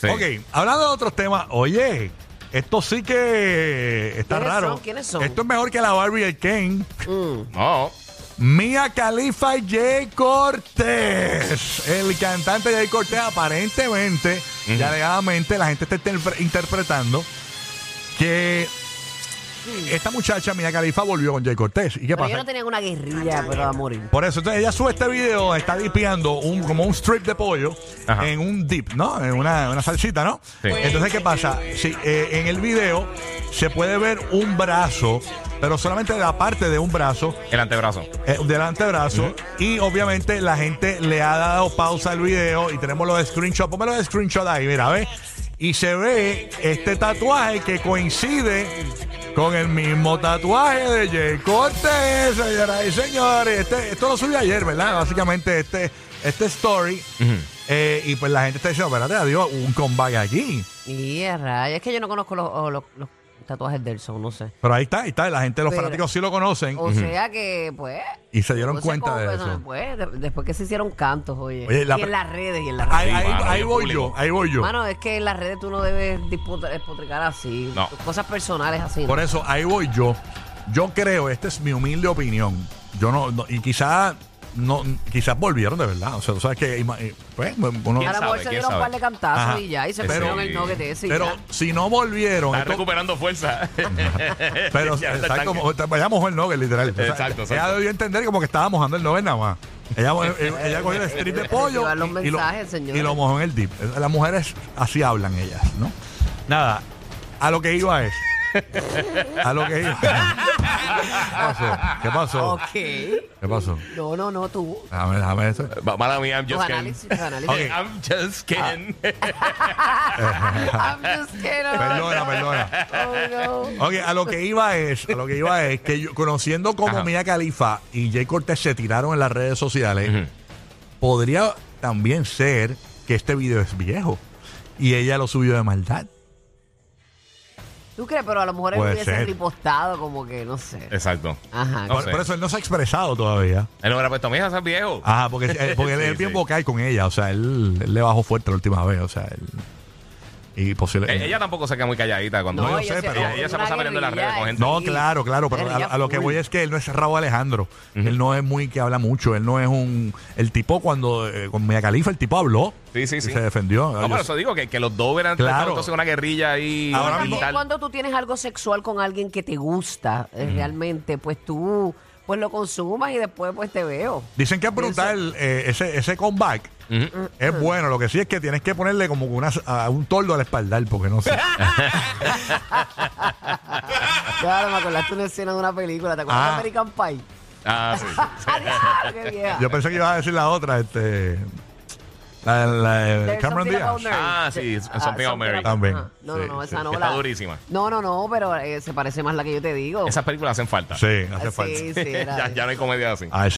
Sí. Ok, hablando de otros temas, oye, esto sí que está ¿Quiénes raro. son? ¿Quiénes son? Esto es mejor que la Barbie y el Ken. No. Mia Khalifa y Jay Cortés. El cantante Jay Cortés, aparentemente y alegadamente, la gente está interpre- interpretando que esta muchacha, Mia Khalifa, volvió con Jay Cortés. ¿Y qué Pero pasa? ellos no tenían una guerrilla, pero a morir. Por eso, entonces ella sube este video, está dipeando un, como un strip de pollo Ajá. en un dip, ¿no? En una, una salsita, ¿no? Sí. Entonces, ¿qué pasa? Sí, eh, en el video se puede ver un brazo, pero solamente la parte de un brazo, El antebrazo. eh, del antebrazo, y obviamente la gente le ha dado pausa al video y tenemos los screenshots. Ponme los screenshots ahí, mira, ¿ves? Y se ve este tatuaje que coincide con el mismo tatuaje de Jay Cortés, señoras y señores. Este- esto lo subí ayer, ¿verdad? Básicamente este, este story. Eh, y pues la gente está diciendo, espérate, adiós, un comeback aquí. Y es raya, es que yo no conozco los, o los- los tatuajes del son, no sé. Pero ahí está, ahí está. La gente, los Pero- fanáticos sí lo conocen O sea que, pues. y se dieron no sé cuenta cómo de personas, eso. pues, de- después que se hicieron cantos, oye. Oye, la y pre- en las redes, y en las redes. Ahí, ahí- mano, ahí yo voy público. yo, ahí voy yo. Mano, es que en las redes tú no debes disputa- despotricar así. No. Cosas personales así. ¿no? Por eso, ahí voy yo. Yo creo, esta es mi humilde opinión. Yo no, no- y quizás no, quizás volvieron de verdad. O sea, tú sabes que ima- eh, pues, uno- a lo ¿Quién mejor sabe? se ¿Quién dieron un par sabe? de cantazos Ajá. y ya, y se Pero- pusieron el toque de ese. y pero ya. si no volvieron, Está esto- recuperando fuerza. pero Ya está está el como tanque. está- ella mojó el Nobel, literal. O sea, Exacto, exacto. Ella debió entender como que estaba mojando el Nobel nada más. Ella, ella- ella cogió el strip de pollo Llevar los y- y, lo- mensajes, y lo, señores. mojó en el dip. Las mujeres así hablan ellas, ¿no? Nada, a lo que iba es. A lo que iba. ¿Qué pasó? ¿Qué pasó? Ok. ¿Qué pasó? No, no, no, tú. Déjame, déjame eso. Ma- Mala mía, I'm Tus just kidding. Eh, análisis, tus análisis. Ok. I'm just kidding. I'm just kidding. Perdona, perdona. Oh, no. Ok, a lo que iba es, a lo que iba es que yo, conociendo como Ajá. Mia Khalifa y Jay Cortez se tiraron en las redes sociales, podría también ser que este video es viejo y ella lo subió de maldad. ¿Tú crees? Pero a lo mejor él Puede hubiese ser. ripostado como que, no sé. Exacto. Ajá. No por, sé. por eso él no se ha expresado todavía. Él no hubiera puesto, mija, ese viejo. Ajá, porque, eh, porque él Sí, es bien sí. vocal con ella, o sea, él, él le bajó fuerte la última vez, o sea, él, y posible. Eh, Ella tampoco se queda muy calladita cuando... No, yo ellos sé, se- pero- ellos Ella se una pasa peleando en las redes guerrilla, con gente. No, sí. claro, claro, pero a, Guerrilla a lo que full. voy es que él no es Raúl Alejandro. Él no es muy que habla mucho. Él no es un. El tipo, cuando. eh, con Mia Califa, el tipo habló. Sí, sí, y sí. se defendió. No, Yo- por eso digo que, que los dos hubieran Claro. estado entonces una guerrilla ahí. Ahora También mismo- militar. cuando tú tienes algo sexual con alguien que te gusta eh, realmente, pues tú pues lo consumas y después pues te veo. Dicen que es brutal eh, ese, ese comeback. Es bueno, lo que sí es que tienes que ponerle como una, a un toldo al espaldar, porque no sé. Claro, me acordaste una escena de una película, ¿te acuerdas Ah. de American Pie? Ah, sí. ¡Ah, ¡Qué vieja! Yo eh, pensé que ibas a decir la otra, este. La, la- There's Cameron something about Díaz. Mary. Ah, sí, Ah, Something About Mary. About- También. Ajá. No, no, Sí, no, sí. esa no. Está la- durísima. No, no, no, pero eh, se parece más la que yo te digo. Esas películas hacen falta. Sí, hace Ah, falta. Ah, Sí, sí, era ya, de- ya no hay comedia así. A